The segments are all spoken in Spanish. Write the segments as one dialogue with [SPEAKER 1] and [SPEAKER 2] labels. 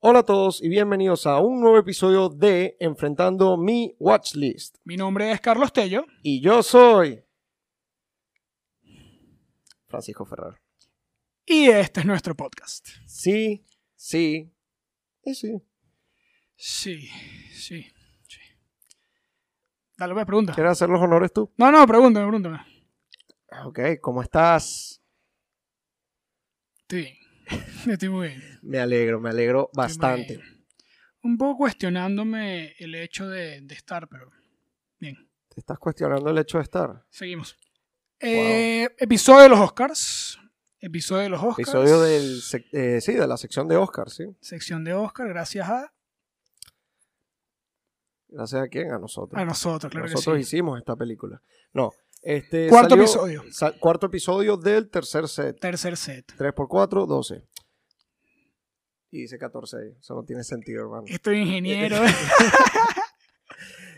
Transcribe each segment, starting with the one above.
[SPEAKER 1] Hola a todos y bienvenidos a un nuevo episodio de Enfrentando mi Watchlist.
[SPEAKER 2] Mi nombre es Carlos Tello.
[SPEAKER 1] Y yo soy Francisco Ferrer.
[SPEAKER 2] Y este es nuestro podcast.
[SPEAKER 1] Sí, sí, y sí.
[SPEAKER 2] Sí, sí, sí. Dale, pues, pregunta.
[SPEAKER 1] ¿Quieres hacer los honores tú? Ah,
[SPEAKER 2] No, no, pregúntame, pregúntame.
[SPEAKER 1] Ok, ¿cómo estás?
[SPEAKER 2] Estoy bien. Estoy muy bien.
[SPEAKER 1] Me alegro, me alegro
[SPEAKER 2] Estoy muy
[SPEAKER 1] bastante.
[SPEAKER 2] bien. Un poco cuestionándome el hecho de, de estar, pero bien.
[SPEAKER 1] ¿Te estás cuestionando el hecho de estar?
[SPEAKER 2] Seguimos. Eh, Episodio de los Oscars. Episodio de los Oscars.
[SPEAKER 1] Episodio del, sec- eh, sí, de la sección de Oscar, sí.
[SPEAKER 2] Sección de Oscar, gracias a,
[SPEAKER 1] Gracias a quién, a nosotros.
[SPEAKER 2] a nosotros, claro
[SPEAKER 1] nosotros
[SPEAKER 2] que sí.
[SPEAKER 1] hicimos esta película. No, este
[SPEAKER 2] Cuarto
[SPEAKER 1] salió-
[SPEAKER 2] episodio.
[SPEAKER 1] sal- cuarto episodio del tercer set.
[SPEAKER 2] Tercer set.
[SPEAKER 1] 3 por 4, 12. Y dice 14 ahí. Eso no tiene sentido, hermano.
[SPEAKER 2] Estoy ingeniero.
[SPEAKER 1] Eh,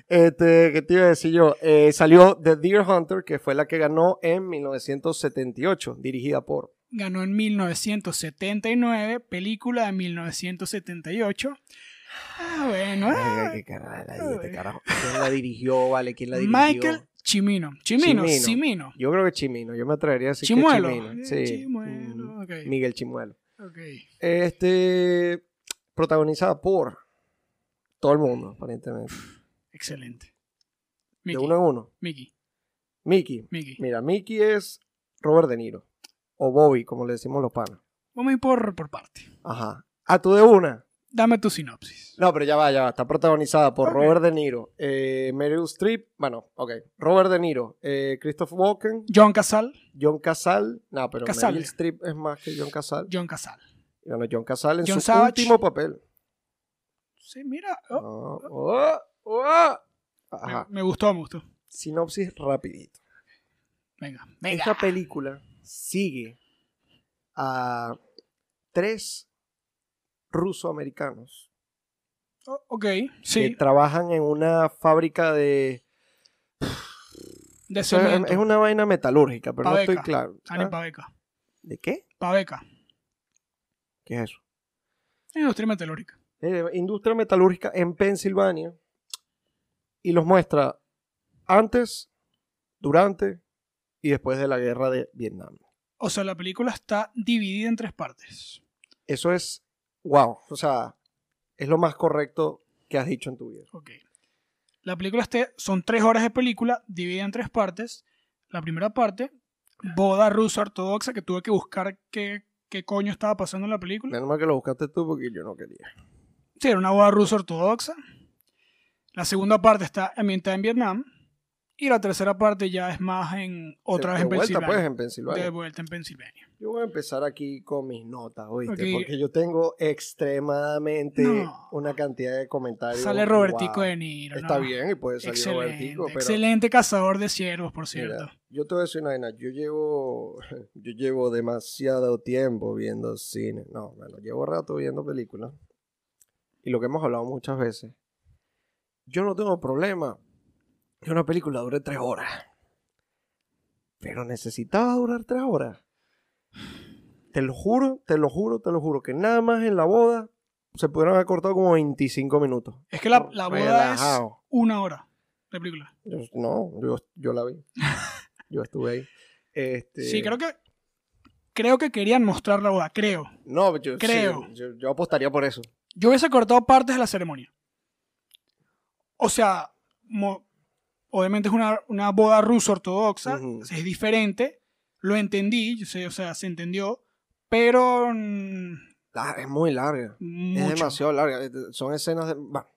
[SPEAKER 1] Este, ¿qué te iba a decir yo? Eh, salió The Deer Hunter, que fue la que ganó en 1978, dirigida por...
[SPEAKER 2] ganó en 1979, película de 1978. Ah, bueno.
[SPEAKER 1] Verga,
[SPEAKER 2] ah,
[SPEAKER 1] qué carajo, la dieta, carajo. ¿Quién la dirigió, vale? ¿Quién la dirigió?
[SPEAKER 2] Michael Chimino. Chimino,
[SPEAKER 1] Chimino.
[SPEAKER 2] Chimino.
[SPEAKER 1] Yo creo que Chimino, yo me atrevería a decir
[SPEAKER 2] Chimuelo.
[SPEAKER 1] que Chimino.
[SPEAKER 2] Eh,
[SPEAKER 1] Sí.
[SPEAKER 2] Chimuelo,
[SPEAKER 1] Mm,
[SPEAKER 2] ok.
[SPEAKER 1] Miguel Chimuelo.
[SPEAKER 2] Ok.
[SPEAKER 1] Este, protagonizada por todo el mundo, aparentemente.
[SPEAKER 2] Excelente.
[SPEAKER 1] De
[SPEAKER 2] Mickey,
[SPEAKER 1] uno en uno.
[SPEAKER 2] Mickey,
[SPEAKER 1] Mickey.
[SPEAKER 2] Mickey.
[SPEAKER 1] Mira, Mickey es Robert De Niro. O Bobby, como le decimos los panas.
[SPEAKER 2] Vamos a ir por, por parte.
[SPEAKER 1] Ajá. ¿A tú de una?
[SPEAKER 2] Dame tu sinopsis.
[SPEAKER 1] No, pero ya va, ya va. Está protagonizada por
[SPEAKER 2] Ok.
[SPEAKER 1] Robert De Niro, eh, Meryl Streep, bueno, ok. Robert De Niro, eh, Christoph Walken,
[SPEAKER 2] John Casal.
[SPEAKER 1] John Casal. No, pero
[SPEAKER 2] Casal.
[SPEAKER 1] Meryl Streep es más que John Casal.
[SPEAKER 2] John Casal.
[SPEAKER 1] Bueno, John Casal en
[SPEAKER 2] John
[SPEAKER 1] su
[SPEAKER 2] Savage.
[SPEAKER 1] último papel.
[SPEAKER 2] Sí, mira. oh,
[SPEAKER 1] Oh, oh, oh.
[SPEAKER 2] me-
[SPEAKER 1] Ajá.
[SPEAKER 2] Me, gustó, me gustó.
[SPEAKER 1] Sinopsis rapidito.
[SPEAKER 2] Venga,
[SPEAKER 1] Esta
[SPEAKER 2] venga.
[SPEAKER 1] película sigue a tres rusoamericanos
[SPEAKER 2] Oh, ok,
[SPEAKER 1] que
[SPEAKER 2] sí.
[SPEAKER 1] trabajan en una fábrica de...
[SPEAKER 2] De
[SPEAKER 1] o sea,
[SPEAKER 2] cemento.
[SPEAKER 1] es una vaina metalúrgica, pero no estoy
[SPEAKER 2] Pabeca.
[SPEAKER 1] claro.
[SPEAKER 2] Ani
[SPEAKER 1] ¿Ah?
[SPEAKER 2] Paveca.
[SPEAKER 1] ¿De qué?
[SPEAKER 2] Paveca.
[SPEAKER 1] ¿Qué es eso?
[SPEAKER 2] Industria metalúrgica.
[SPEAKER 1] Eh, industria metalúrgica en Pensilvania y los muestra antes, durante y después de la guerra de Vietnam.
[SPEAKER 2] O sea, la película está dividida en tres partes.
[SPEAKER 1] Eso es, wow, o sea, es lo más correcto que has dicho en tu vida.
[SPEAKER 2] Ok. La película este, son tres horas de película dividida en tres partes. La primera parte, boda rusa ortodoxa, que tuve que buscar qué, qué coño estaba pasando en la película.
[SPEAKER 1] Menos mal que lo buscaste tú porque yo no quería.
[SPEAKER 2] Sí, era una boda rusa ortodoxa. La segunda parte está ambientada en Vietnam. Y la tercera parte ya es más en otra
[SPEAKER 1] De-
[SPEAKER 2] vez en
[SPEAKER 1] de vuelta, pues,
[SPEAKER 2] Pensilvania.
[SPEAKER 1] en Pensilvania.
[SPEAKER 2] de vuelta en Pensilvania.
[SPEAKER 1] Yo voy a empezar aquí con mis notas, ¿oíste?
[SPEAKER 2] Ok.
[SPEAKER 1] Porque yo tengo extremadamente
[SPEAKER 2] No.
[SPEAKER 1] una cantidad de comentarios.
[SPEAKER 2] Sale Robertico
[SPEAKER 1] Wow.
[SPEAKER 2] de Niro.
[SPEAKER 1] Está
[SPEAKER 2] ¿no?
[SPEAKER 1] bien y puede salir
[SPEAKER 2] Excelente,
[SPEAKER 1] Robertico, pero
[SPEAKER 2] excelente cazador de ciervos, por
[SPEAKER 1] mira,
[SPEAKER 2] cierto.
[SPEAKER 1] yo te voy a decir una vaina, yo llevo, yo llevo demasiado tiempo viendo cine. No, bueno, llevo rato viendo películas. Y lo que hemos hablado muchas veces, yo no tengo problema que una película dure tres horas. Pero necesitaba durar tres horas. Te lo juro, te lo juro, te lo juro, que nada más en la boda se pudieron haber cortado como 25 minutos.
[SPEAKER 2] Es que la, la boda es
[SPEAKER 1] Relajado.
[SPEAKER 2] una hora de película.
[SPEAKER 1] Yo- no, yo, yo la vi. Yo estuve ahí. Este,
[SPEAKER 2] Sí, creo que creo que querían mostrar la boda, creo.
[SPEAKER 1] No, yo, sí,
[SPEAKER 2] creo.
[SPEAKER 1] yo, yo apostaría por eso.
[SPEAKER 2] Yo hubiese cortado partes de la ceremonia. O sea, mo- obviamente es una, una boda rusa ortodoxa,
[SPEAKER 1] Ujú.
[SPEAKER 2] es diferente, lo entendí, yo sé, o sea, se entendió, pero mm,
[SPEAKER 1] La- es muy larga.
[SPEAKER 2] mucho.
[SPEAKER 1] Es demasiado larga. Este, Son escenas de. bah,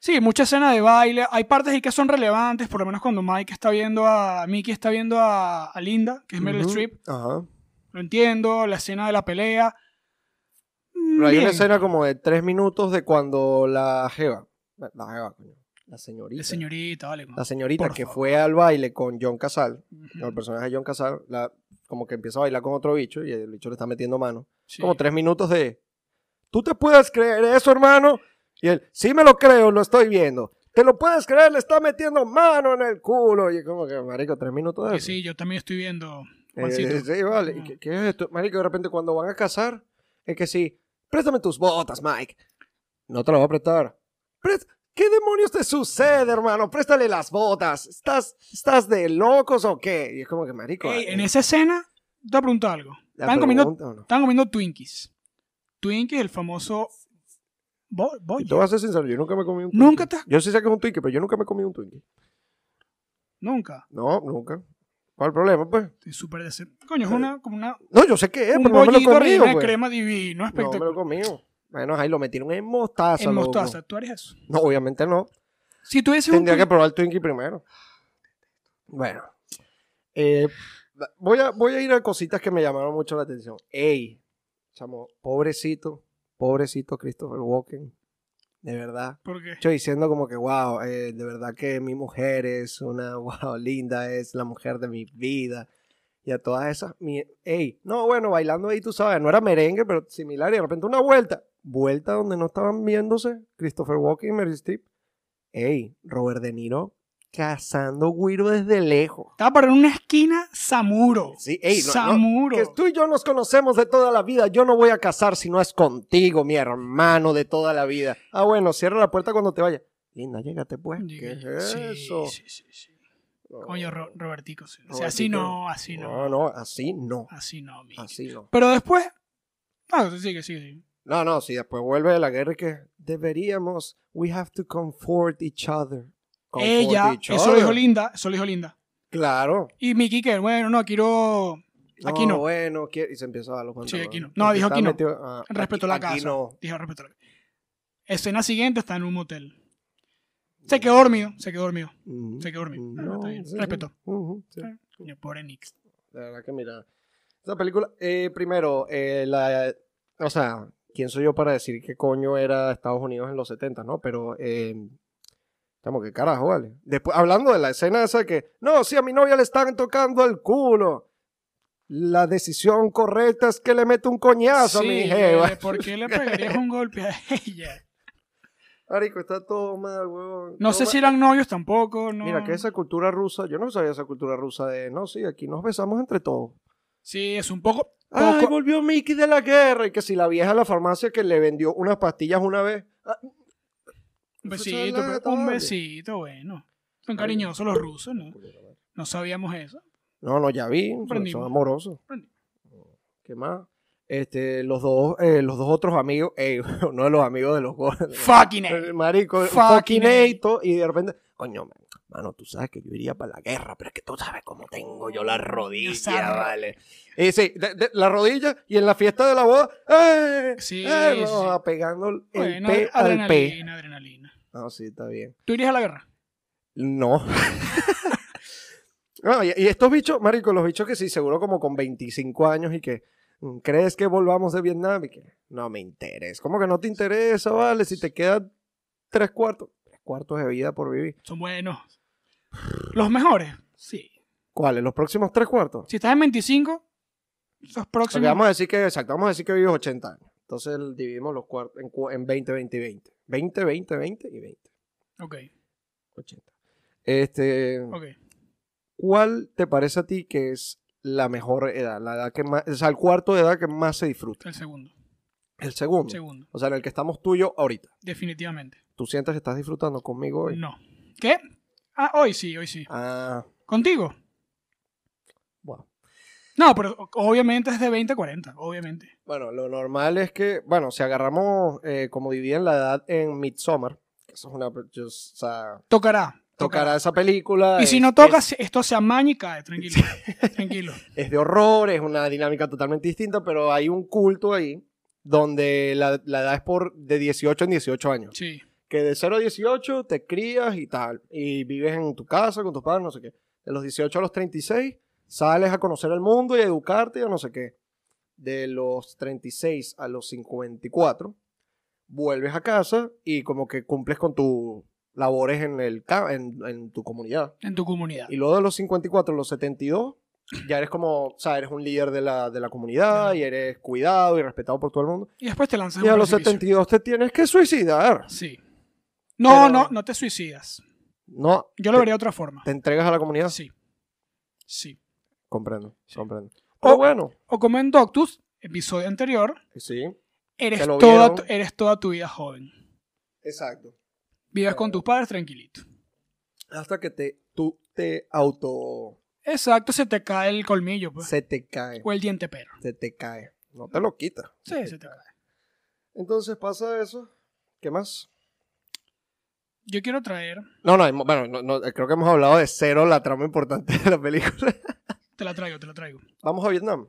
[SPEAKER 2] Sí, mucha escena de baile, hay partes ahí que son relevantes, por lo menos cuando Mike está viendo a Mickey está viendo a, a Linda, que es Meryl
[SPEAKER 1] ujú,
[SPEAKER 2] Streep,
[SPEAKER 1] Ajá.
[SPEAKER 2] lo entiendo, la escena de la pelea.
[SPEAKER 1] Pero hay
[SPEAKER 2] Bien.
[SPEAKER 1] una escena como de tres minutos de cuando la Jeva. La la Jeva, coño. La señorita.
[SPEAKER 2] La señorita, vale.
[SPEAKER 1] la señorita
[SPEAKER 2] Por
[SPEAKER 1] que
[SPEAKER 2] favor.
[SPEAKER 1] fue al baile con John Casal.
[SPEAKER 2] Ujú.
[SPEAKER 1] no, El personaje de John Casal. la- como que empieza a bailar con otro bicho y el bicho le está metiendo mano.
[SPEAKER 2] Sí.
[SPEAKER 1] Como tres minutos de. ¿Tú te puedes creer eso, hermano? Y él, sí me lo creo, lo estoy viendo. ¿Te lo puedes creer? Le está metiendo mano en el culo. Y como que, marico, tres minutos de
[SPEAKER 2] Que
[SPEAKER 1] eso.
[SPEAKER 2] sí, yo también estoy viendo.
[SPEAKER 1] Eh,
[SPEAKER 2] Juancito.
[SPEAKER 1] sí, vale. ¿Y
[SPEAKER 2] No.
[SPEAKER 1] ¿Qué, qué es esto? Marico, de repente cuando van a casar, es que sí, Préstame tus botas, Mike. No te las voy a prestar. Prés- ¿Qué demonios te sucede, hermano? Préstale las botas. ¿Estás, estás de locos o qué? Y es como que, marico.
[SPEAKER 2] Ey,
[SPEAKER 1] eh,
[SPEAKER 2] en esa escena, te voy a preguntar algo.
[SPEAKER 1] la
[SPEAKER 2] Estaban comiendo,
[SPEAKER 1] pregunta, ¿o no?
[SPEAKER 2] estaban comiendo Twinkies. Twinkies, el famoso. Bo
[SPEAKER 1] Y
[SPEAKER 2] Boyer.
[SPEAKER 1] te voy a ser sincero, yo nunca me comí un Twinkie.
[SPEAKER 2] Nunca te-
[SPEAKER 1] Yo sí sé que es un Twinkie, pero yo nunca me comí un Twinkie.
[SPEAKER 2] Nunca.
[SPEAKER 1] No, nunca. ¿Cuál problema, pues?
[SPEAKER 2] Estoy súper decepcionado. Coño, es una, como una,
[SPEAKER 1] No, yo sé que es,
[SPEAKER 2] un
[SPEAKER 1] Eh, pero no me lo he
[SPEAKER 2] bollito relleno
[SPEAKER 1] comido,
[SPEAKER 2] de
[SPEAKER 1] pues.
[SPEAKER 2] crema divino,
[SPEAKER 1] No me lo
[SPEAKER 2] espectacular.
[SPEAKER 1] he comido. Bueno, ahí lo metieron en mostaza.
[SPEAKER 2] en
[SPEAKER 1] loco.
[SPEAKER 2] mostaza, tú harías eso.
[SPEAKER 1] No, obviamente no.
[SPEAKER 2] Si tuvieses un
[SPEAKER 1] Tendría que
[SPEAKER 2] Twinkie,
[SPEAKER 1] probar el Twinkie primero. Bueno. Eh, voy, a, voy a ir a cositas que me llamaron mucho la atención. Ey, chamo, pobrecito, pobrecito Christopher Walken. De verdad.
[SPEAKER 2] ¿por qué?
[SPEAKER 1] Yo diciendo como que, wow, eh, de verdad que mi mujer es una, wow, linda, es la mujer de mi vida. Y a todas esas, mi- ey, no, bueno, bailando ahí, tú sabes, no era merengue, pero similar, y de repente una vuelta, vuelta donde no estaban viéndose Christopher Walken y Meryl Streep. Ey, Robert De Niro cazando güiro desde lejos.
[SPEAKER 2] Estaba para una esquina, Samuro.
[SPEAKER 1] Sí, ey, no- no,
[SPEAKER 2] Samuro.
[SPEAKER 1] que tú y yo nos conocemos de toda la vida. Yo no voy a casar si no es contigo, mi hermano de toda la vida. Ah, bueno, cierra la puerta cuando te vaya. Linda, llégate pues. ¿Qué es
[SPEAKER 2] Sí,
[SPEAKER 1] eso?
[SPEAKER 2] Sí, sí, sí. Coño, Ro- Robertico. sí. O sea,
[SPEAKER 1] Robertico. Ah.
[SPEAKER 2] así no, así no.
[SPEAKER 1] No, no, así no.
[SPEAKER 2] Así no, mi.
[SPEAKER 1] Así no.
[SPEAKER 2] Pero después. No, sí, sigue, sigue, sigue.
[SPEAKER 1] No, no, si después vuelve de la guerra y que deberíamos, we have to comfort each other. Comfort
[SPEAKER 2] Ella,
[SPEAKER 1] each
[SPEAKER 2] eso lo dijo
[SPEAKER 1] other.
[SPEAKER 2] Linda, eso lo dijo Linda.
[SPEAKER 1] Claro.
[SPEAKER 2] Y Miki que, bueno, no, quiero Aquí no.
[SPEAKER 1] Bueno, que- y se empieza a dar los pantalones.
[SPEAKER 2] aquí no. No, dijo
[SPEAKER 1] está
[SPEAKER 2] aquí no.
[SPEAKER 1] metido- ah,
[SPEAKER 2] respeto
[SPEAKER 1] aquí-
[SPEAKER 2] a la casa.
[SPEAKER 1] Aquí no.
[SPEAKER 2] Dijo respeto a la casa. Escena siguiente está en un motel. Se quedó dormido, se quedó dormido,
[SPEAKER 1] Ujú.
[SPEAKER 2] se quedó dormido. Ah,
[SPEAKER 1] No,
[SPEAKER 2] está bien,
[SPEAKER 1] sí, sí.
[SPEAKER 2] Respeto.
[SPEAKER 1] Ujú, Mm-hmm. sí.
[SPEAKER 2] Coño, Pobre Nix.
[SPEAKER 1] La verdad que mira. Esa película, eh, primero, eh, la, o sea, ¿quién soy yo para decir qué coño era Estados Unidos en los 70, no? Pero, eh, estamos, qué carajo, vale. Después, hablando de la escena esa que, no, si a mi novia le están tocando el culo. La decisión correcta es que le meto un coñazo a mi
[SPEAKER 2] Sí,
[SPEAKER 1] jeva.
[SPEAKER 2] eh, ¿Por qué le pegarías un golpe a ella?
[SPEAKER 1] Marico, está todo mal, huevón.
[SPEAKER 2] No
[SPEAKER 1] Todo
[SPEAKER 2] sé
[SPEAKER 1] mal.
[SPEAKER 2] si eran novios tampoco. No.
[SPEAKER 1] Mira, que esa cultura rusa, yo no sabía esa cultura rusa de, no, sí, aquí nos besamos entre todos.
[SPEAKER 2] Sí, es un poco.
[SPEAKER 1] ¡Ay,
[SPEAKER 2] poco-
[SPEAKER 1] volvió Mickey de la guerra! Y que si la vieja de la farmacia que le vendió unas pastillas una vez. Ah,
[SPEAKER 2] Un
[SPEAKER 1] Eso
[SPEAKER 2] besito,
[SPEAKER 1] suena
[SPEAKER 2] pero- un
[SPEAKER 1] agradable.
[SPEAKER 2] besito, bueno. Son cariñosos los rusos, ¿no? No sabíamos eso.
[SPEAKER 1] No, no, ya vi. Son,
[SPEAKER 2] Aprendimos.
[SPEAKER 1] son amorosos.
[SPEAKER 2] Aprendimos.
[SPEAKER 1] ¿Qué más? Este, los dos, eh, los dos otros amigos, eh, uno de los amigos de los goles.
[SPEAKER 2] Fucking
[SPEAKER 1] El
[SPEAKER 2] hell.
[SPEAKER 1] marico, el
[SPEAKER 2] Fucking
[SPEAKER 1] fuckinato, y de repente, coño, man, mano, tú sabes que yo iría para la guerra, pero es que tú sabes cómo tengo yo la
[SPEAKER 2] Mm,
[SPEAKER 1] rodilla,
[SPEAKER 2] Esa ro-
[SPEAKER 1] vale. Y sí, de- de- la rodilla, y en la fiesta de la boda, ¡eh!
[SPEAKER 2] Sí,
[SPEAKER 1] ¡eh! No,
[SPEAKER 2] sí.
[SPEAKER 1] va pegando el
[SPEAKER 2] Bueno,
[SPEAKER 1] P al P.
[SPEAKER 2] adrenalina, adrenalina.
[SPEAKER 1] No, sí, está bien.
[SPEAKER 2] ¿Tú irías a la guerra?
[SPEAKER 1] No. No, y, y estos bichos, marico, los bichos que sí, seguro como con 25 años y que, mm, ¿crees que volvamos de Vietnam? Y que, no me interesa. ¿Cómo que no te interesa, vale? Si te quedan tres cuartos, tres cuartos de vida por vivir.
[SPEAKER 2] Son buenos. Los mejores. Sí.
[SPEAKER 1] ¿Cuáles? ¿Los próximos tres cuartos?
[SPEAKER 2] Si estás en 25, esos
[SPEAKER 1] Porque
[SPEAKER 2] próximos.
[SPEAKER 1] vamos a decir que, exacto, vamos a decir que vives 80 años. Entonces el- dividimos los cuartos en, cu- en 20, 20 y 20. 20, 20, 20 y 20.
[SPEAKER 2] Ok,
[SPEAKER 1] 80. Este...
[SPEAKER 2] ok.
[SPEAKER 1] ¿cuál te parece a ti que es la mejor edad? La edad que más, o sea, el cuarto de edad que más se disfruta.
[SPEAKER 2] El segundo.
[SPEAKER 1] El segundo.
[SPEAKER 2] Segundo.
[SPEAKER 1] O sea, en el que estamos tú y yo ahorita.
[SPEAKER 2] Definitivamente.
[SPEAKER 1] ¿Tú sientes que estás disfrutando conmigo hoy?
[SPEAKER 2] No. ¿Qué? Ah, hoy sí, hoy sí.
[SPEAKER 1] Ah,
[SPEAKER 2] ¿Contigo?
[SPEAKER 1] bueno.
[SPEAKER 2] No, pero o- obviamente es de 20 a 40, obviamente.
[SPEAKER 1] Bueno, lo normal es que, bueno, si agarramos eh, como dividen la edad en Midsommar, que eso es una, yo- o sea,
[SPEAKER 2] Tocará.
[SPEAKER 1] tocará esa película.
[SPEAKER 2] Y si
[SPEAKER 1] es-
[SPEAKER 2] no tocas, esto se amaña y cae, tranquilo. tranquilo.
[SPEAKER 1] es de horror, es una dinámica totalmente distinta, pero hay un culto ahí donde la, la edad es por de 18 en 18 años.
[SPEAKER 2] Sí.
[SPEAKER 1] que de 0 a 18 te crías y tal, y vives en tu casa con tus padres, no sé qué. De los 18 a los 36 sales a conocer el mundo y a educarte y a no sé qué. De los 36 a los 54 vuelves a casa y como que cumples con tus labores en, el, ca- en, en tu comunidad.
[SPEAKER 2] En tu comunidad.
[SPEAKER 1] Y luego de los 54 a los 72 ya eres como, o sea, eres un líder de la, de la comunidad y eres cuidado y respetado por todo el mundo.
[SPEAKER 2] Y después te lanzas
[SPEAKER 1] Y
[SPEAKER 2] en
[SPEAKER 1] a
[SPEAKER 2] un
[SPEAKER 1] los
[SPEAKER 2] precipicio.
[SPEAKER 1] 72 te tienes que suicidar.
[SPEAKER 2] Sí. No,
[SPEAKER 1] Pero-
[SPEAKER 2] no, no te suicidas.
[SPEAKER 1] No,
[SPEAKER 2] Yo lo
[SPEAKER 1] te-
[SPEAKER 2] vería de otra forma.
[SPEAKER 1] ¿Te entregas a la comunidad?
[SPEAKER 2] Sí. Sí.
[SPEAKER 1] Comprendo, comprendo.
[SPEAKER 2] O-
[SPEAKER 1] Pero bueno.
[SPEAKER 2] O como en Doctus, episodio anterior,
[SPEAKER 1] Sí.
[SPEAKER 2] Eres
[SPEAKER 1] Que lo
[SPEAKER 2] toda,
[SPEAKER 1] vieron.
[SPEAKER 2] tu- eres toda tu vida joven.
[SPEAKER 1] Exacto.
[SPEAKER 2] Vives con
[SPEAKER 1] Oh.
[SPEAKER 2] tus padres tranquilito.
[SPEAKER 1] Hasta que te, tú te auto...
[SPEAKER 2] Exacto, se te cae el colmillo, pues.
[SPEAKER 1] Se te cae.
[SPEAKER 2] O el diente perro.
[SPEAKER 1] Se te cae. No te lo quita.
[SPEAKER 2] Sí, se te cae.
[SPEAKER 1] Entonces pasa eso. ¿Qué más?
[SPEAKER 2] Yo quiero traer,
[SPEAKER 1] No, no, hemos- bueno, no, no, creo que hemos hablado de cero la trama importante de la película.
[SPEAKER 2] te la traigo, te la traigo.
[SPEAKER 1] Vamos a Vietnam.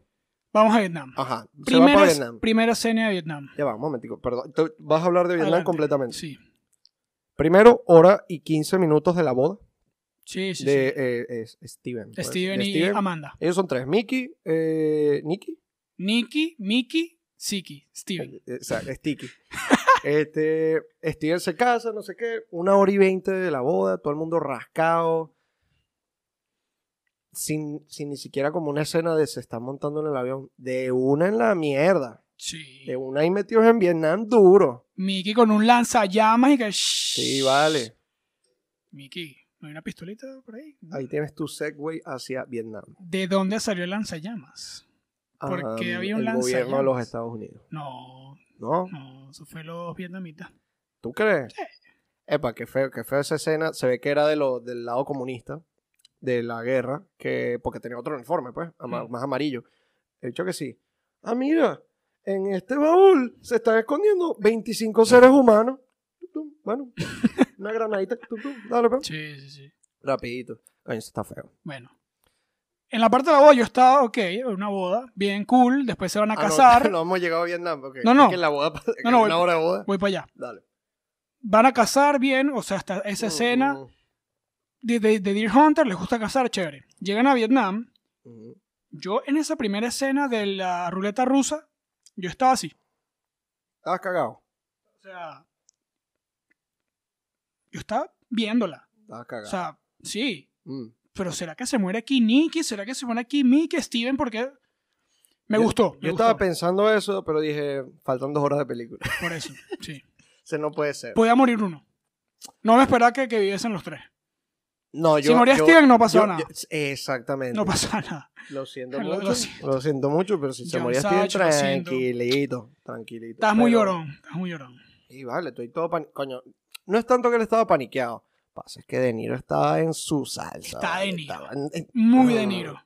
[SPEAKER 2] Vamos a Vietnam.
[SPEAKER 1] Ajá. Ah, Se va
[SPEAKER 2] Primera,
[SPEAKER 1] para Vietnam.
[SPEAKER 2] primera escena de Vietnam.
[SPEAKER 1] Ya va, un momentico, perdón. Tú vas a hablar de Vietnam
[SPEAKER 2] Adelante.
[SPEAKER 1] completamente.
[SPEAKER 2] Sí,
[SPEAKER 1] Primero, hora y 15 minutos de la boda
[SPEAKER 2] sí, sí.
[SPEAKER 1] de eh, es- Steven.
[SPEAKER 2] sí.
[SPEAKER 1] pues,
[SPEAKER 2] Steven
[SPEAKER 1] de
[SPEAKER 2] y
[SPEAKER 1] Steven.
[SPEAKER 2] Amanda.
[SPEAKER 1] Ellos son tres. Mickey, eh, Nicky,
[SPEAKER 2] Nicky, Mickey, Siki, Steven.
[SPEAKER 1] eh, o sea, Sticky. este, Steven se casa, no sé qué. Una hora y veinte de la boda, todo el mundo rascado. Sin, sin ni siquiera como una escena de se están montando en el avión. De una en la mierda.
[SPEAKER 2] Sí.
[SPEAKER 1] De una ahí metidos en Vietnam duro.
[SPEAKER 2] Mickey con un lanzallamas y que.
[SPEAKER 1] Sí, vale.
[SPEAKER 2] Mickey, ¿no hay una pistolita por ahí?
[SPEAKER 1] Ahí tienes tu segue hacia Vietnam.
[SPEAKER 2] ¿De dónde salió el lanzallamas? Porque
[SPEAKER 1] Ah,
[SPEAKER 2] había un
[SPEAKER 1] el gobierno de los
[SPEAKER 2] lanzallamas.
[SPEAKER 1] Estados Unidos.
[SPEAKER 2] No,
[SPEAKER 1] ¿No?
[SPEAKER 2] no, eso fue los vietnamitas.
[SPEAKER 1] ¿Tú crees? Epa, qué feo, qué feo esa escena. Se ve que era de lo, del lado comunista, de la guerra, que porque tenía otro uniforme, pues, ama-
[SPEAKER 2] Mm.
[SPEAKER 1] más amarillo. He dicho que sí. Ah, mira, en este baúl se están escondiendo 25 seres humanos. Tum, tum, Bueno, una granadita. tum, tum, Dale, pues.
[SPEAKER 2] Sí, sí, sí.
[SPEAKER 1] Rapidito. Coño, eso está feo.
[SPEAKER 2] Bueno. En la parte de la boda yo estaba, ok, una boda, bien cool, después se van a
[SPEAKER 1] Ah, no,
[SPEAKER 2] casar,
[SPEAKER 1] no, hemos llegado a Vietnam. porque
[SPEAKER 2] No, no.
[SPEAKER 1] es que en la boda, pasa-
[SPEAKER 2] No, no,
[SPEAKER 1] en una
[SPEAKER 2] voy-
[SPEAKER 1] hora de boda.
[SPEAKER 2] voy para allá.
[SPEAKER 1] Dale.
[SPEAKER 2] Van a casar bien, o sea, hasta esa escena
[SPEAKER 1] Mm,
[SPEAKER 2] de, de, de Deer Hunter les gusta casar, chévere. Llegan a Vietnam,
[SPEAKER 1] mm, mm.
[SPEAKER 2] yo en esa primera escena de la ruleta rusa, yo estaba así.
[SPEAKER 1] Estabas cagado.
[SPEAKER 2] O sea, yo estaba viéndola.
[SPEAKER 1] Estabas
[SPEAKER 2] O
[SPEAKER 1] cagado.
[SPEAKER 2] sea, sí,
[SPEAKER 1] Mm.
[SPEAKER 2] pero ¿será que se muere aquí Nicky? ¿Será que se muere aquí Mickey, Steven? Porque me
[SPEAKER 1] Yo-
[SPEAKER 2] gustó. me
[SPEAKER 1] Yo estaba
[SPEAKER 2] gustó,
[SPEAKER 1] pensando eso, pero dije, faltan dos horas de película.
[SPEAKER 2] Por eso, sí.
[SPEAKER 1] Ese no puede ser.
[SPEAKER 2] Podía morir uno. No me esperaba que, que viviesen los tres.
[SPEAKER 1] No, yo.
[SPEAKER 2] si moría
[SPEAKER 1] yo-
[SPEAKER 2] Steven, no pasaba
[SPEAKER 1] yo-
[SPEAKER 2] nada.
[SPEAKER 1] yo- exactamente.
[SPEAKER 2] no pasaba nada.
[SPEAKER 1] lo siento
[SPEAKER 2] Lo- lo
[SPEAKER 1] mucho.
[SPEAKER 2] siento.
[SPEAKER 1] Lo siento mucho, pero si se
[SPEAKER 2] John
[SPEAKER 1] moría
[SPEAKER 2] Savage, lo
[SPEAKER 1] Steven,
[SPEAKER 2] siento.
[SPEAKER 1] tranquilito. Tranquilito.
[SPEAKER 2] Estás muy
[SPEAKER 1] Pero-
[SPEAKER 2] llorón. Estás muy llorón.
[SPEAKER 1] Y vale, estoy todo pan... Coño, no es tanto que él estaba paniqueado. Pasa es que De Niro estaba en su salsa.
[SPEAKER 2] Está
[SPEAKER 1] vale,
[SPEAKER 2] De Niro.
[SPEAKER 1] estaba en- en-
[SPEAKER 2] Muy de
[SPEAKER 1] Mm.
[SPEAKER 2] Niro.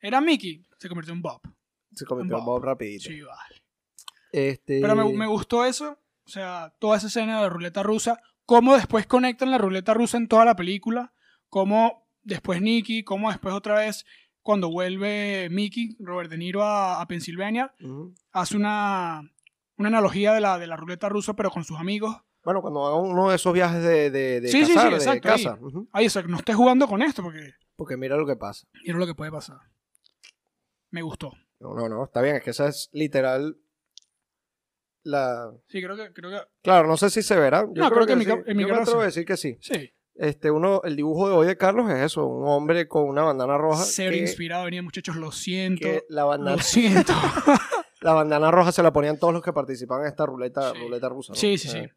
[SPEAKER 2] Era Mickey, se convirtió en Bob.
[SPEAKER 1] se convirtió en
[SPEAKER 2] Bob.
[SPEAKER 1] Bob rapidito.
[SPEAKER 2] Sí, vale.
[SPEAKER 1] Este...
[SPEAKER 2] Pero me, me gustó eso. O sea, toda esa escena de la ruleta rusa. Cómo después conectan la ruleta rusa en toda la película. Cómo después Nicky. Cómo después otra vez, cuando vuelve Mickey, Robert De Niro a, a Pensilvania,
[SPEAKER 1] Ujú.
[SPEAKER 2] hace una, una analogía de la, de la ruleta rusa, pero con sus amigos.
[SPEAKER 1] Bueno, cuando haga uno de esos viajes de, de, de
[SPEAKER 2] Sí, sí, sí,
[SPEAKER 1] cazar, de
[SPEAKER 2] exacto, ahí.
[SPEAKER 1] casa. Ujú.
[SPEAKER 2] Ay, o sea, que no estés jugando con esto porque
[SPEAKER 1] Porque mira lo que pasa.
[SPEAKER 2] mira lo que puede pasar. Me gustó.
[SPEAKER 1] No, no, no, está bien, es que esa es literal la...
[SPEAKER 2] Sí, creo que. Creo que
[SPEAKER 1] Claro, no sé si se verá. Yo
[SPEAKER 2] No, creo que en mi
[SPEAKER 1] sí.
[SPEAKER 2] ca- en mi
[SPEAKER 1] Yo me
[SPEAKER 2] caso
[SPEAKER 1] atrevo
[SPEAKER 2] sí.
[SPEAKER 1] a decir que sí.
[SPEAKER 2] sí.
[SPEAKER 1] Este, uno, el dibujo de hoy de Carlos es eso, un hombre con una bandana roja.
[SPEAKER 2] Ser
[SPEAKER 1] que-
[SPEAKER 2] inspirado, venía, muchachos, lo siento.
[SPEAKER 1] que la bandana,
[SPEAKER 2] Lo siento.
[SPEAKER 1] la bandana roja se la ponían todos los que participaban en esta ruleta,
[SPEAKER 2] Sí.
[SPEAKER 1] ruleta rusa. ¿no?
[SPEAKER 2] sí, sí, sí.
[SPEAKER 1] Eh,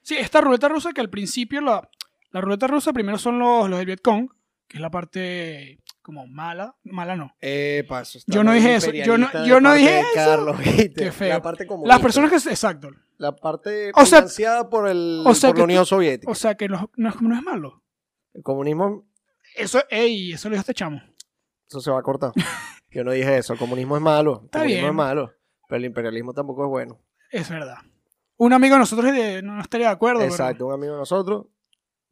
[SPEAKER 2] Sí, esta ruleta rusa que al principio. La, la ruleta rusa primero son los, los del Vietcong, que es la parte como mala. Mala no.
[SPEAKER 1] Eh, epa, eso está
[SPEAKER 2] Yo no
[SPEAKER 1] muy
[SPEAKER 2] dije eso, yo no-
[SPEAKER 1] imperialista
[SPEAKER 2] yo
[SPEAKER 1] de
[SPEAKER 2] no
[SPEAKER 1] parte
[SPEAKER 2] dije
[SPEAKER 1] de
[SPEAKER 2] eso.
[SPEAKER 1] Carlos, ¿viste?
[SPEAKER 2] Qué feo.
[SPEAKER 1] La parte comunista.
[SPEAKER 2] Las personas que. Exacto.
[SPEAKER 1] La parte
[SPEAKER 2] O sea-
[SPEAKER 1] financiada por, el,
[SPEAKER 2] o sea
[SPEAKER 1] por
[SPEAKER 2] que
[SPEAKER 1] la Unión Soviética.
[SPEAKER 2] O sea, que no, no es, no es malo.
[SPEAKER 1] el comunismo,
[SPEAKER 2] Eso, ey, eso lo dijo este chamo.
[SPEAKER 1] Eso se va a cortar. Yo no dije eso. El comunismo es malo. El
[SPEAKER 2] Está
[SPEAKER 1] comunismo
[SPEAKER 2] bien.
[SPEAKER 1] es malo. Pero el imperialismo tampoco es bueno.
[SPEAKER 2] Es verdad. Un amigo de nosotros eh, no estaría de acuerdo. pero-
[SPEAKER 1] Exacto. Un amigo de nosotros.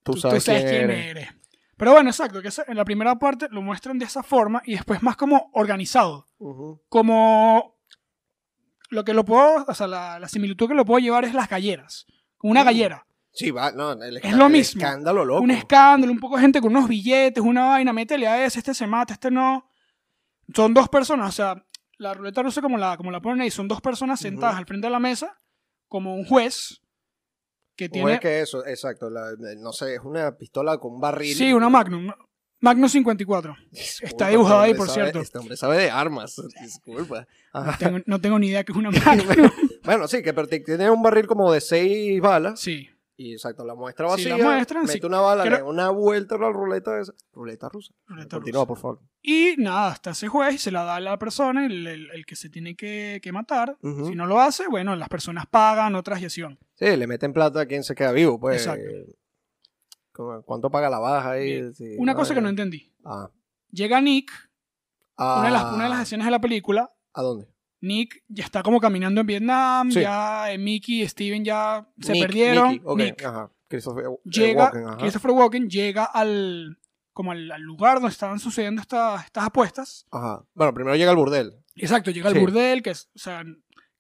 [SPEAKER 1] Tú,
[SPEAKER 2] tú, tú
[SPEAKER 1] sabes, quién, eres.
[SPEAKER 2] Pero bueno, exacto, que esa- en la primera parte lo muestran de esa forma y después más como organizado.
[SPEAKER 1] Ujú.
[SPEAKER 2] Como lo que lo puedo, o sea, la, la similitud que lo puedo llevar es las galleras. Como Una
[SPEAKER 1] Mm,
[SPEAKER 2] gallera,
[SPEAKER 1] Sí, va. No, el
[SPEAKER 2] Es
[SPEAKER 1] esca-
[SPEAKER 2] lo
[SPEAKER 1] el
[SPEAKER 2] mismo.
[SPEAKER 1] escándalo loco.
[SPEAKER 2] un escándalo, un poco de gente con unos billetes, una vaina, métele a ese, este se mata, este no. Son dos personas, o sea, la ruleta rusa como la, como la ponen ahí, son dos personas
[SPEAKER 1] Ujú.
[SPEAKER 2] sentadas al frente de la mesa, como un juez que
[SPEAKER 1] O
[SPEAKER 2] tiene...
[SPEAKER 1] es que eso, exacto. la- eh, no sé, es una pistola con un barril.
[SPEAKER 2] Sí, una Magnum. Magnum 54.
[SPEAKER 1] Disculpa,
[SPEAKER 2] está
[SPEAKER 1] este
[SPEAKER 2] dibujada ahí,
[SPEAKER 1] hombre
[SPEAKER 2] por
[SPEAKER 1] sabe-
[SPEAKER 2] cierto.
[SPEAKER 1] Este hombre sabe de armas. Disculpa.
[SPEAKER 2] No
[SPEAKER 1] Ajá.
[SPEAKER 2] tengo, no tengo ni idea que es una Magnum.
[SPEAKER 1] bueno, sí, que pero tiene un barril como de seis balas.
[SPEAKER 2] Sí.
[SPEAKER 1] Y exacto, la muestra
[SPEAKER 2] Si
[SPEAKER 1] vacía.
[SPEAKER 2] la muestran,
[SPEAKER 1] mete
[SPEAKER 2] sí.
[SPEAKER 1] una bala,
[SPEAKER 2] Que
[SPEAKER 1] le
[SPEAKER 2] lo-
[SPEAKER 1] da una vuelta a la ruleta esa. Ruleta rusa.
[SPEAKER 2] Ruleta
[SPEAKER 1] Continúa,
[SPEAKER 2] rusa.
[SPEAKER 1] por favor.
[SPEAKER 2] Y nada, hasta ese juez y se la da a la persona, el, el- el que se tiene que, que matar.
[SPEAKER 1] Ujú.
[SPEAKER 2] Si no lo hace, bueno, las personas pagan otra trasyación.
[SPEAKER 1] Sí, le meten plata a quien se queda vivo, pues.
[SPEAKER 2] Exacto.
[SPEAKER 1] Como, ¿Cuánto paga la baja ahí?
[SPEAKER 2] Bien. Una cosa que no entendí. Llega Nick, una, de las, una de las escenas de la película,
[SPEAKER 1] Ah, ¿A dónde?
[SPEAKER 2] Nick ya está como caminando en Vietnam,
[SPEAKER 1] Sí.
[SPEAKER 2] ya eh, Mickey y Steven ya se
[SPEAKER 1] Nick,
[SPEAKER 2] perdieron.
[SPEAKER 1] Nicky, ok,
[SPEAKER 2] Nick
[SPEAKER 1] ajá. Christopher eh,
[SPEAKER 2] llega,
[SPEAKER 1] Walken, ajá.
[SPEAKER 2] Christopher Walken llega al, como al, al lugar donde estaban sucediendo estas, estas apuestas.
[SPEAKER 1] Ajá. Bueno, primero llega al burdel.
[SPEAKER 2] Exacto, llega al
[SPEAKER 1] Sí.
[SPEAKER 2] burdel, que es, o sea,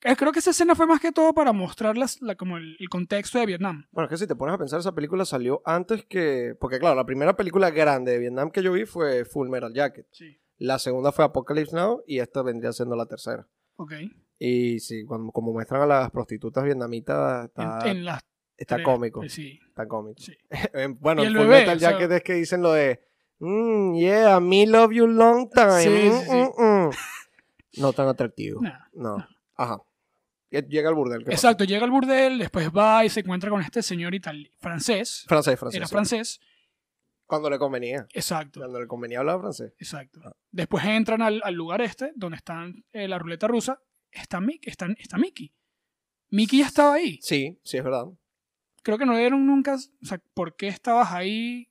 [SPEAKER 2] eh, creo que esa escena fue más que todo para mostrar las- la, como el, el contexto de Vietnam.
[SPEAKER 1] Bueno, es que si te pones a pensar, esa película salió antes que. Porque, claro, la primera película grande de Vietnam que yo vi fue Full Metal Jacket.
[SPEAKER 2] Sí.
[SPEAKER 1] La segunda fue Apocalypse Now y esta vendría siendo la tercera.
[SPEAKER 2] Ok. En-
[SPEAKER 1] Y sí, cuando, como muestran a las prostitutas vietnamitas, está,
[SPEAKER 2] En, las
[SPEAKER 1] está
[SPEAKER 2] tres,
[SPEAKER 1] cómico.
[SPEAKER 2] pues, sí,
[SPEAKER 1] Está cómico.
[SPEAKER 2] sí.
[SPEAKER 1] Em, bueno,
[SPEAKER 2] Y
[SPEAKER 1] en
[SPEAKER 2] el
[SPEAKER 1] Full
[SPEAKER 2] bebé,
[SPEAKER 1] Metal
[SPEAKER 2] o sea-
[SPEAKER 1] Jacket es que dicen lo de. "Mm, yeah, me love you long time.
[SPEAKER 2] Sí,
[SPEAKER 1] mm,
[SPEAKER 2] sí, sí.
[SPEAKER 1] mm, mm". No tan atractivo.
[SPEAKER 2] Nada.
[SPEAKER 1] No. Ajá. Llega al burdel. ¿qué pasa?
[SPEAKER 2] Exacto, llega al burdel, después va y se encuentra con este señor itali francés.
[SPEAKER 1] Francés, francés.
[SPEAKER 2] Era
[SPEAKER 1] sí.
[SPEAKER 2] francés.
[SPEAKER 1] Cuando le convenía.
[SPEAKER 2] Exacto.
[SPEAKER 1] Cuando le convenía hablaba francés.
[SPEAKER 2] Exacto.
[SPEAKER 1] Ah.
[SPEAKER 2] Después entran al, al lugar este, donde están eh, la ruleta rusa. Está, Mickey, está, está Mickey. Mickey ya estaba ahí.
[SPEAKER 1] Sí, sí, es verdad.
[SPEAKER 2] Creo que no le dieron nunca. O sea, ¿por qué estabas ahí?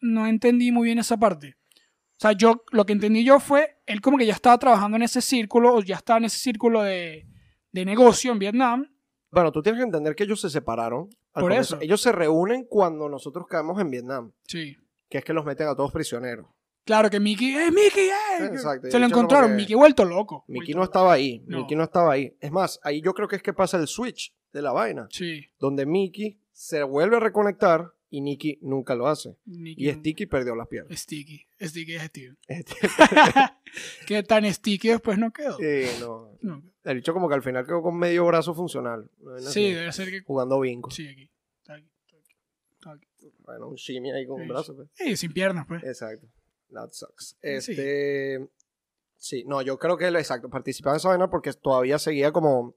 [SPEAKER 2] No entendí muy bien esa parte. O sea, yo lo que entendí yo fue, él como que ya estaba trabajando en ese círculo, o ya estaba en ese círculo de, de negocio en Vietnam.
[SPEAKER 1] Bueno, tú tienes que entender que ellos se separaron. al
[SPEAKER 2] Por
[SPEAKER 1] comienzo.
[SPEAKER 2] eso.
[SPEAKER 1] Ellos se reúnen cuando nosotros caemos en Vietnam,
[SPEAKER 2] Sí.
[SPEAKER 1] que es que los meten a todos prisioneros.
[SPEAKER 2] Claro que Mickey, ¡eh, Mickey! eh!
[SPEAKER 1] Exacto, y
[SPEAKER 2] Se lo
[SPEAKER 1] el chamo
[SPEAKER 2] encontraron,
[SPEAKER 1] que-
[SPEAKER 2] Mickey vuelto loco.
[SPEAKER 1] Mickey
[SPEAKER 2] vuelto
[SPEAKER 1] no
[SPEAKER 2] loco.
[SPEAKER 1] estaba ahí.
[SPEAKER 2] No.
[SPEAKER 1] Mickey no estaba ahí. Es más, ahí yo creo que es que pasa el switch de la vaina,
[SPEAKER 2] Sí.
[SPEAKER 1] donde Mickey se vuelve a reconectar y Nicky nunca lo hace.
[SPEAKER 2] Mickey
[SPEAKER 1] Y
[SPEAKER 2] no-
[SPEAKER 1] Sticky perdió las piernas.
[SPEAKER 2] Sticky. Sticky es Steven.
[SPEAKER 1] Este,
[SPEAKER 2] que tan sticky después no quedó.
[SPEAKER 1] eh, no.
[SPEAKER 2] No.
[SPEAKER 1] El bicho como que al final quedó con medio brazo funcional. Una vaina
[SPEAKER 2] Sí,
[SPEAKER 1] así,
[SPEAKER 2] debe ser que.
[SPEAKER 1] Jugando bingo.
[SPEAKER 2] Sí, aquí. Está aquí, está aquí, está aquí.
[SPEAKER 1] Bueno, un shimmy ahí con un
[SPEAKER 2] Sí,
[SPEAKER 1] brazo. pues.
[SPEAKER 2] Sí, sin piernas, pues.
[SPEAKER 1] Exacto. That sucks.
[SPEAKER 2] Sí.
[SPEAKER 1] Este. Sí. no, yo creo que él, exacto, participaba en esa vaina porque todavía seguía como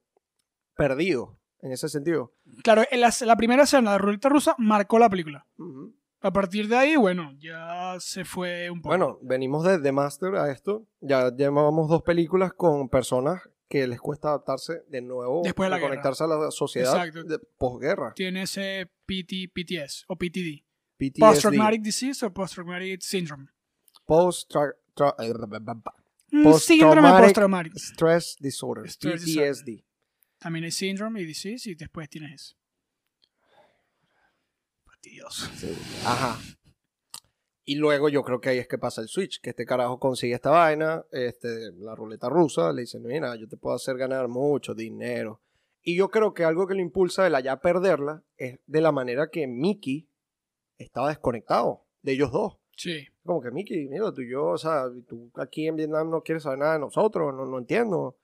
[SPEAKER 1] perdido en ese sentido.
[SPEAKER 2] Claro, en la, la primera escena de ruleta rusa marcó la película.
[SPEAKER 1] Ujú.
[SPEAKER 2] A partir de ahí, bueno, ya se fue un poco.
[SPEAKER 1] Bueno, venimos de The Master a esto. Ya llevábamos dos películas con personas que les cuesta adaptarse de nuevo,
[SPEAKER 2] Después de la guerra.
[SPEAKER 1] conectarse a la sociedad
[SPEAKER 2] Exacto.
[SPEAKER 1] de posguerra.
[SPEAKER 2] tiene ese PT, PTS o PTD.
[SPEAKER 1] PTSD.
[SPEAKER 2] Post Traumatic Disease o Post Traumatic Syndrome.
[SPEAKER 1] Post tra- tra- eh, ba- ba- ba- ba-
[SPEAKER 2] Mm,
[SPEAKER 1] Post
[SPEAKER 2] Síndrome
[SPEAKER 1] traumatic-
[SPEAKER 2] Post Traumatic.
[SPEAKER 1] Stress Disorder.
[SPEAKER 2] Stress
[SPEAKER 1] PTSD.
[SPEAKER 2] También hay Syndrome y Disease y después tienes eso. Fastidioso.
[SPEAKER 1] Ajá. Y luego yo creo que ahí es que pasa el switch, que este carajo consigue esta vaina, este, la ruleta rusa, le dicen, mira, yo te puedo hacer ganar mucho dinero. Y yo creo que algo que lo impulsa el allá perderla es de la manera que Mickey estaba desconectado de ellos dos.
[SPEAKER 2] Sí.
[SPEAKER 1] Como que Mickey, mira, tú y yo, o sea, tú aquí en Vietnam no quieres saber nada de nosotros, no, no entiendo.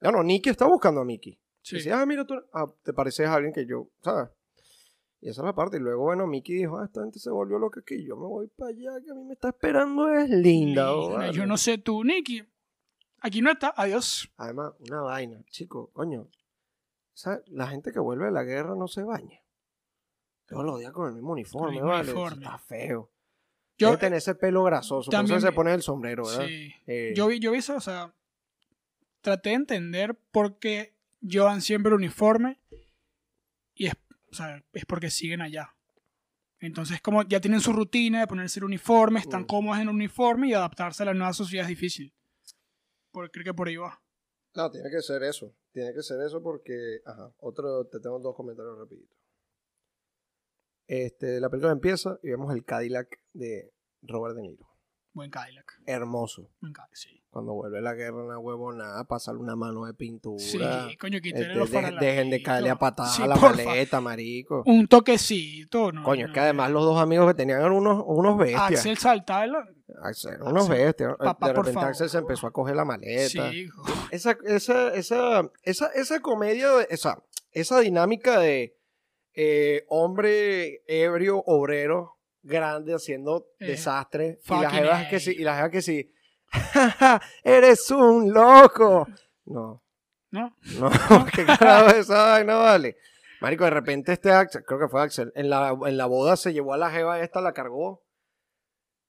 [SPEAKER 1] No, no, Nicky está buscando a Mickey.
[SPEAKER 2] Sí.
[SPEAKER 1] Dice, ah, mira, tú ah, te pareces a alguien que yo, ¿sabes? Y esa es la parte. Y luego, bueno, Mickey dijo, ah, esta gente se volvió loca aquí, yo me voy para allá, que a mí me está esperando es linda.
[SPEAKER 2] Linda,
[SPEAKER 1] vale".
[SPEAKER 2] Yo no sé tú, Nicky. Aquí no está. Adiós.
[SPEAKER 1] Además, una vaina, chico, coño. ¿sabes? La gente que vuelve de la guerra no se baña. Todos los días con el mismo uniforme,
[SPEAKER 2] mismo
[SPEAKER 1] ¿vale? Eso
[SPEAKER 2] uniforme.
[SPEAKER 1] Está feo.
[SPEAKER 2] Yo-
[SPEAKER 1] Debe tener ese pelo grasoso, por eso
[SPEAKER 2] también
[SPEAKER 1] se
[SPEAKER 2] vi-
[SPEAKER 1] pone el sombrero, ¿verdad?
[SPEAKER 2] Sí.
[SPEAKER 1] Eh,
[SPEAKER 2] Yo vi, yo vi eso, o sea, traté de entender por qué llevan siempre el uniforme y es, o sea, es porque siguen allá. Entonces, como ya tienen su rutina de ponerse el uniforme, están
[SPEAKER 1] Mm.
[SPEAKER 2] cómodos en el uniforme y adaptarse a la nueva sociedad es difícil. Por, creo que por ahí va.
[SPEAKER 1] No, tiene que ser eso. Tiene que ser eso porque. Ajá. Otro, te tengo dos comentarios rapidito. Este, la película empieza y vemos el Cadillac de Robert De Niro.
[SPEAKER 2] Buen Cadillac.
[SPEAKER 1] Hermoso.
[SPEAKER 2] Buen Cadillac, sí.
[SPEAKER 1] Cuando vuelve la guerra, una huevonada, pasarle una mano de pintura.
[SPEAKER 2] Sí, coño,
[SPEAKER 1] Este,
[SPEAKER 2] quítale los
[SPEAKER 1] de- dejen de caerle a
[SPEAKER 2] faraladitos.
[SPEAKER 1] patadas
[SPEAKER 2] Sí,
[SPEAKER 1] a la
[SPEAKER 2] porfa.
[SPEAKER 1] maleta, marico.
[SPEAKER 2] Un toquecito, ¿no?
[SPEAKER 1] Coño, es
[SPEAKER 2] no,
[SPEAKER 1] que además los dos amigos que tenían eran unos, unos bestias.
[SPEAKER 2] Axel saltaba. y lo-
[SPEAKER 1] Axel, unos
[SPEAKER 2] Axel,
[SPEAKER 1] bestias.
[SPEAKER 2] papá,
[SPEAKER 1] de
[SPEAKER 2] por
[SPEAKER 1] repente
[SPEAKER 2] favor.
[SPEAKER 1] Axel se empezó a coger la maleta.
[SPEAKER 2] Sí, hijo.
[SPEAKER 1] Esa, esa, esa, esa, esa comedia, de- esa, esa dinámica de eh, hombre ebrio, obrero, grande, haciendo
[SPEAKER 2] Eh,
[SPEAKER 1] desastre. Y
[SPEAKER 2] fucking
[SPEAKER 1] las jevas que
[SPEAKER 2] A.
[SPEAKER 1] sí, y las jevas que sí. "Ja, ja, ¡Eres un loco! No,
[SPEAKER 2] ¿No?
[SPEAKER 1] no, qué carajo esa vaina, vale. Marico, de repente este Axel, creo que fue Axel, en la, en la boda se llevó a la jeva esta, la cargó.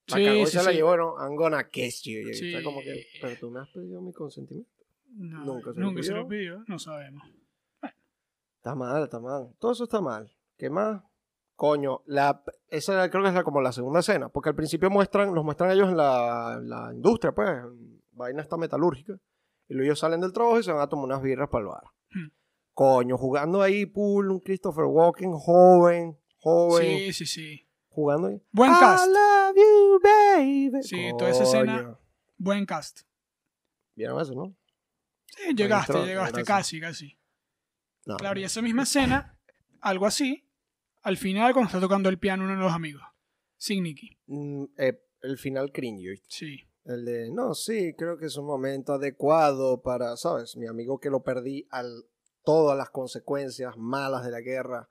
[SPEAKER 1] La
[SPEAKER 2] Sí,
[SPEAKER 1] cargó y
[SPEAKER 2] sí,
[SPEAKER 1] se la
[SPEAKER 2] sí.
[SPEAKER 1] llevó, ¿no? I'm gonna kiss you. Y está
[SPEAKER 2] Sí. eh,
[SPEAKER 1] como que, pero tú me has pedido mi consentimiento.
[SPEAKER 2] No,
[SPEAKER 1] Nunca se lo
[SPEAKER 2] nunca se lo pidió, no sabemos.
[SPEAKER 1] Está mal, está mal. Todo eso está mal. ¿Qué más? Coño, la, esa creo que es la, como la segunda escena, porque al principio muestran, los muestran ellos en la, en la industria, pues, en vaina esta metalúrgica, y luego ellos salen del trabajo y se van a tomar unas birras para el bar.
[SPEAKER 2] Hmm.
[SPEAKER 1] Coño, jugando ahí pool, un Christopher Walken joven, joven,
[SPEAKER 2] Sí, sí, sí.
[SPEAKER 1] jugando ahí.
[SPEAKER 2] Buen
[SPEAKER 1] I
[SPEAKER 2] cast.
[SPEAKER 1] love you, baby.
[SPEAKER 2] Sí, toda esa escena-
[SPEAKER 1] Coño.
[SPEAKER 2] Buen cast.
[SPEAKER 1] ¿Vieron eso, no?
[SPEAKER 2] Sí, llegaste,
[SPEAKER 1] intro,
[SPEAKER 2] llegaste
[SPEAKER 1] gracias.
[SPEAKER 2] casi, casi.
[SPEAKER 1] No.
[SPEAKER 2] Claro, y esa misma escena, algo así, al final cuando está tocando el piano uno de los amigos. Sin Nicky.
[SPEAKER 1] Mm, eh, el final cringe, ¿oíste?
[SPEAKER 2] Sí.
[SPEAKER 1] El de, no, sí, creo que es un momento adecuado para, ¿sabes? Mi amigo que lo perdí al todas las consecuencias malas de la guerra.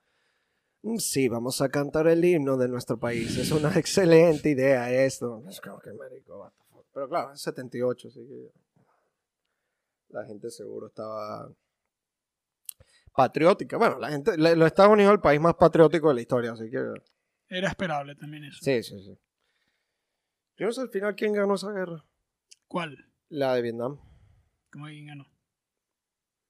[SPEAKER 1] Mm, Sí, vamos a cantar el himno de nuestro país. Es una excelente idea esto. Es como que marico, what the fuck. Pero claro, es 78, así que la gente seguro estaba patriótica. Bueno, la gente, la- los Estados Unidos es el país más patriótico de la historia, así que
[SPEAKER 2] Era esperable también eso.
[SPEAKER 1] sí, sí, sí. Yo no sé al final quién ganó esa guerra.
[SPEAKER 2] ¿Cuál?
[SPEAKER 1] La de Vietnam.
[SPEAKER 2] ¿Cómo que quién ganó?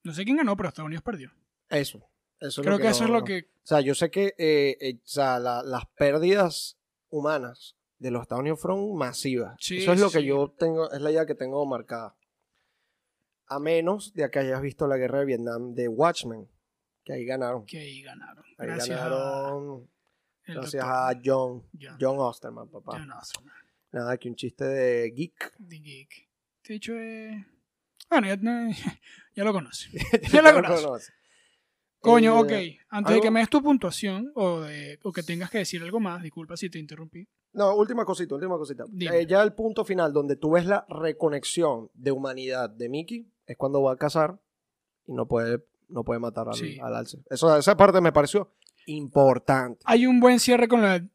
[SPEAKER 2] No sé quién ganó, pero Estados Unidos perdió.
[SPEAKER 1] Eso. eso es lo
[SPEAKER 2] Creo que, eso es
[SPEAKER 1] no-
[SPEAKER 2] lo que...
[SPEAKER 1] O sea, yo sé que eh, eh, o sea, la- las pérdidas humanas de los Estados Unidos fueron masivas.
[SPEAKER 2] Sí,
[SPEAKER 1] eso es lo que
[SPEAKER 2] sí.
[SPEAKER 1] yo tengo, es la idea que tengo marcada. A menos de que hayas visto la guerra de Vietnam de Watchmen, que ahí ganaron.
[SPEAKER 2] que ahí ganaron.
[SPEAKER 1] Ahí
[SPEAKER 2] Gracias a...
[SPEAKER 1] ganaron
[SPEAKER 2] el
[SPEAKER 1] gracias
[SPEAKER 2] doctor
[SPEAKER 1] a John,
[SPEAKER 2] John-
[SPEAKER 1] John Osterman, papá.
[SPEAKER 2] John Osterman,
[SPEAKER 1] Nada que un chiste de geek.
[SPEAKER 2] The Geek. De hecho, eh, bueno, ya, ya lo conoce.
[SPEAKER 1] Yo
[SPEAKER 2] Ya lo conoce. Coño, ok.
[SPEAKER 1] Eh,
[SPEAKER 2] Antes de que
[SPEAKER 1] algo-
[SPEAKER 2] me des tu puntuación o, de- o que tengas que decir algo más, disculpa si te interrumpí.
[SPEAKER 1] No, última cosita, última cosita.
[SPEAKER 2] Dime.
[SPEAKER 1] Eh, ya el punto final donde tú ves la reconexión de humanidad de Mickey es cuando va a cazar y no puede, no puede matar al,
[SPEAKER 2] Sí.
[SPEAKER 1] al alce. Eso, esa parte me pareció importante.
[SPEAKER 2] Hay un buen cierre con el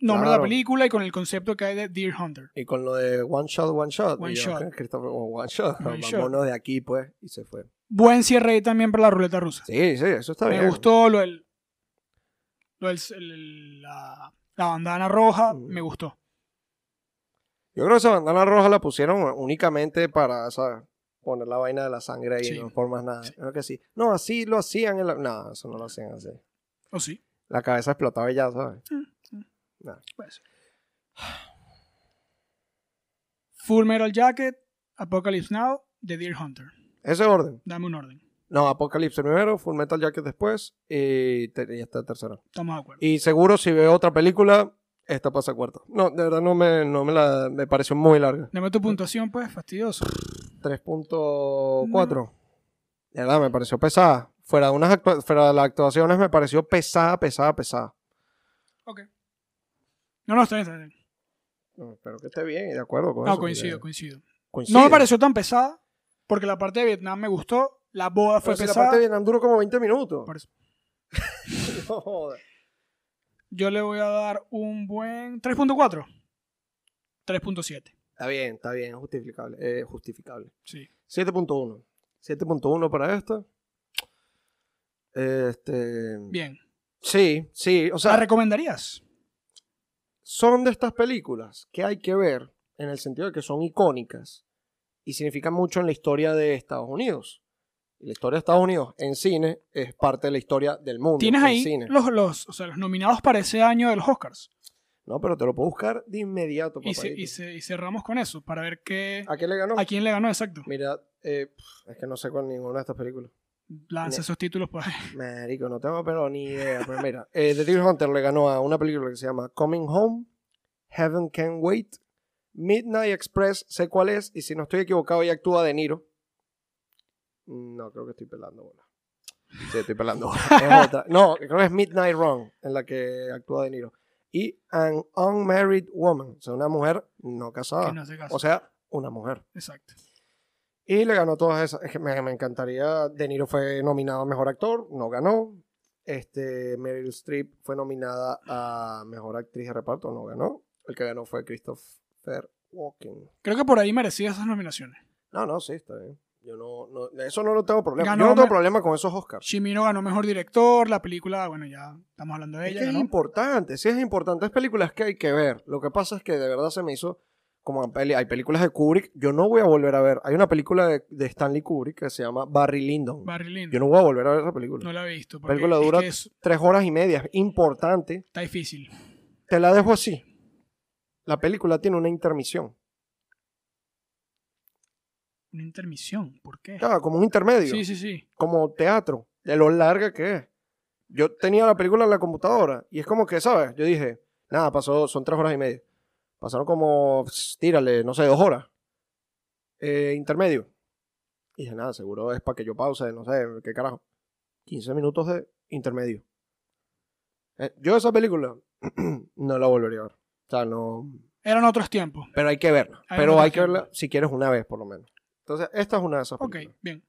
[SPEAKER 2] nombre de
[SPEAKER 1] Claro.
[SPEAKER 2] la película y con el concepto que hay de Deer Hunter.
[SPEAKER 1] Y con lo de one shot, one shot.
[SPEAKER 2] One
[SPEAKER 1] y yo,
[SPEAKER 2] shot.
[SPEAKER 1] "Ok, Christopher, oh, one shot.
[SPEAKER 2] One shot.
[SPEAKER 1] Vámonos de aquí, pues. Y se fue.
[SPEAKER 2] Buen cierre ahí también para la ruleta rusa.
[SPEAKER 1] Sí, sí, eso está bien.
[SPEAKER 2] me gustó lo del. Lo del el- la, la bandana roja,
[SPEAKER 1] Mm.
[SPEAKER 2] me gustó.
[SPEAKER 1] Yo creo que esa bandana roja la pusieron únicamente para, ¿sabes? Poner la vaina de la sangre ahí,
[SPEAKER 2] Sí.
[SPEAKER 1] no por más nada.
[SPEAKER 2] Sí.
[SPEAKER 1] Creo que sí. No, así lo hacían. En la... No, eso no lo hacían así.
[SPEAKER 2] ¿O sí?
[SPEAKER 1] La cabeza explotaba y ya, ¿sabes?
[SPEAKER 2] Pues. Full Metal Jacket, Apocalypse Now, The Deer Hunter.
[SPEAKER 1] Ese orden.
[SPEAKER 2] Dame un orden.
[SPEAKER 1] No, Apocalypse primero, Full Metal Jacket después y, te- y esta tercera.
[SPEAKER 2] Estamos de acuerdo.
[SPEAKER 1] Y seguro si veo otra película, esta pasa cuarta. No, de verdad no me, no me la... Me pareció muy larga.
[SPEAKER 2] Dame tu puntuación, pues, fastidioso.
[SPEAKER 1] 3.4. De verdad, me pareció pesada. Fuera de, unas actua- fuera de las actuaciones me pareció pesada, pesada, pesada.
[SPEAKER 2] Ok. No, no, está bien, está bien.
[SPEAKER 1] No, espero que esté bien y de acuerdo con
[SPEAKER 2] No,
[SPEAKER 1] eso,
[SPEAKER 2] coincido,
[SPEAKER 1] porque-
[SPEAKER 2] coincido.
[SPEAKER 1] coincide.
[SPEAKER 2] No me pareció tan pesada, porque la parte de Vietnam me gustó, la boda fue
[SPEAKER 1] Pero si la
[SPEAKER 2] pesada.
[SPEAKER 1] parte de Vietnam duró como 20 minutos.
[SPEAKER 2] Por eso.
[SPEAKER 1] No jodas.
[SPEAKER 2] Yo le voy a dar un buen 3.4. 3.7.
[SPEAKER 1] está bien, está bien, es justificable. eh, justificable.
[SPEAKER 2] Sí.
[SPEAKER 1] 7.1. 7.1 para esta. Este.
[SPEAKER 2] Bien.
[SPEAKER 1] Sí, sí. O
[SPEAKER 2] ¿La
[SPEAKER 1] sea,
[SPEAKER 2] recomendarías?
[SPEAKER 1] son de estas películas que hay que ver en el sentido de que son icónicas y significan mucho en la historia de Estados Unidos. Y La historia de Estados Unidos en cine es parte de la historia del mundo.
[SPEAKER 2] Tienes
[SPEAKER 1] en
[SPEAKER 2] ahí
[SPEAKER 1] cine.
[SPEAKER 2] los, los, o sea, los nominados para ese año de los Oscars.
[SPEAKER 1] No, pero te lo puedo buscar de inmediato,
[SPEAKER 2] Y, ce-
[SPEAKER 1] papadito. Ah,
[SPEAKER 2] y ce- y cerramos con eso para ver qué,
[SPEAKER 1] ¿A qué le ganó?
[SPEAKER 2] a quién le ganó exacto.
[SPEAKER 1] Mira, eh, pf, es que no sé con ninguna de estas películas.
[SPEAKER 2] Lanza
[SPEAKER 1] Ne-
[SPEAKER 2] esos títulos para
[SPEAKER 1] Marico, no tengo pero ni idea. Pero mira, eh, The Deer Hunter le ganó a una película que se llama Coming Home, Heaven Can Wait, Midnight Express, sé cuál es, y si no estoy equivocado, ya actúa De Niro. Mm, No, creo que estoy pelando bola. Sí, estoy pelando bola. Es otra. No, creo que es Midnight Run en la que actúa De Niro. Y An Unmarried Woman, o sea, una mujer no casada.
[SPEAKER 2] que no se case.
[SPEAKER 1] Ah, O sea, una mujer.
[SPEAKER 2] Exacto.
[SPEAKER 1] Y le ganó todas esas. Es que me, me encantaría. De Niro fue nominado a Mejor Actor, no ganó. Este, Meryl Streep fue nominada a Mejor Actriz de Reparto, no ganó. El que ganó fue Christopher Walken.
[SPEAKER 2] Creo que por ahí merecía esas nominaciones.
[SPEAKER 1] No, no, sí, está bien. Yo no, no- eso no lo tengo problema.
[SPEAKER 2] Ganó
[SPEAKER 1] Yo no tengo
[SPEAKER 2] me-
[SPEAKER 1] problema con esos Oscars.
[SPEAKER 2] Chimino ganó mejor director, la película, bueno, ya estamos hablando de
[SPEAKER 1] Es
[SPEAKER 2] ella.
[SPEAKER 1] que es
[SPEAKER 2] ganó.
[SPEAKER 1] importante, sí es importante. Es películas que hay que ver. Lo que pasa es que de verdad se me hizo. Como a peli- hay películas de Kubrick, yo no voy a volver a ver. Hay una película de, de Stanley Kubrick que se llama Barry Lyndon.
[SPEAKER 2] Barry
[SPEAKER 1] Yo
[SPEAKER 2] Lyndon.
[SPEAKER 1] no voy a volver a ver esa
[SPEAKER 2] No,
[SPEAKER 1] película.
[SPEAKER 2] la he visto. Porque
[SPEAKER 1] película
[SPEAKER 2] es
[SPEAKER 1] dura
[SPEAKER 2] que es-
[SPEAKER 1] Tres horas y media, es importante.
[SPEAKER 2] está difícil.
[SPEAKER 1] Te la dejo así. La película tiene una intermisión.
[SPEAKER 2] Una intermisión. ¿Por qué?
[SPEAKER 1] Claro, Ah, como un intermedio,
[SPEAKER 2] Sí, sí, sí.
[SPEAKER 1] como teatro, de lo larga que es. Yo tenía la película en la computadora y es como que, ¿sabes? Yo dije, nada, pasó, son tres horas y media. Pasaron como, pss, tírale, no sé, dos horas. Eh, intermedio. Y dije, nada, seguro es para que yo pause, no sé, qué carajo. 15 minutos de intermedio. Eh, yo esa película no la volvería a ver. O sea, no,
[SPEAKER 2] Eran otros tiempos.
[SPEAKER 1] Pero hay que verla.
[SPEAKER 2] Hay
[SPEAKER 1] Pero
[SPEAKER 2] otra
[SPEAKER 1] hay que
[SPEAKER 2] opción.
[SPEAKER 1] verla si quieres una vez, por lo menos. Entonces, esta es una de esas.
[SPEAKER 2] Ok,
[SPEAKER 1] películas.
[SPEAKER 2] bien.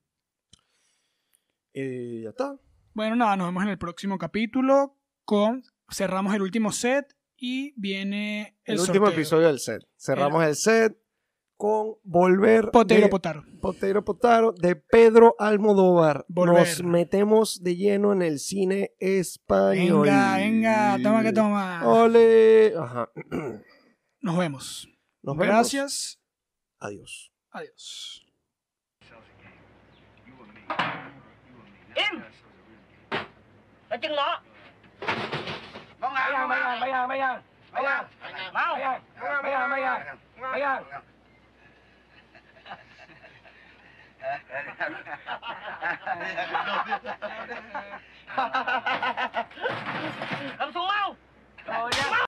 [SPEAKER 1] Y ya está.
[SPEAKER 2] Bueno, nada, nos vemos en el próximo capítulo. Con cerramos el último set y viene el,
[SPEAKER 1] El, último
[SPEAKER 2] sorteo.
[SPEAKER 1] episodio del set. Cerramos el, set con Volver
[SPEAKER 2] Potero
[SPEAKER 1] de
[SPEAKER 2] Potaro.
[SPEAKER 1] Potero Potaro de Pedro Almodóvar.
[SPEAKER 2] Volver.
[SPEAKER 1] Nos metemos de lleno en el cine español.
[SPEAKER 2] Venga, venga, toma que toma.
[SPEAKER 1] Ole. Ajá.
[SPEAKER 2] Nos vemos.
[SPEAKER 1] Nos vemos.
[SPEAKER 2] Gracias.
[SPEAKER 1] Adiós.
[SPEAKER 2] Adiós.
[SPEAKER 3] Im! Nói chừng nó Vâng ạ Mấy hàng, mấy hàng, mấy hàng Mấy hàng Mau Mấy hàng, mấy hàng, mấy hàng Mấy hàng Cầm xuống mau Rồi nha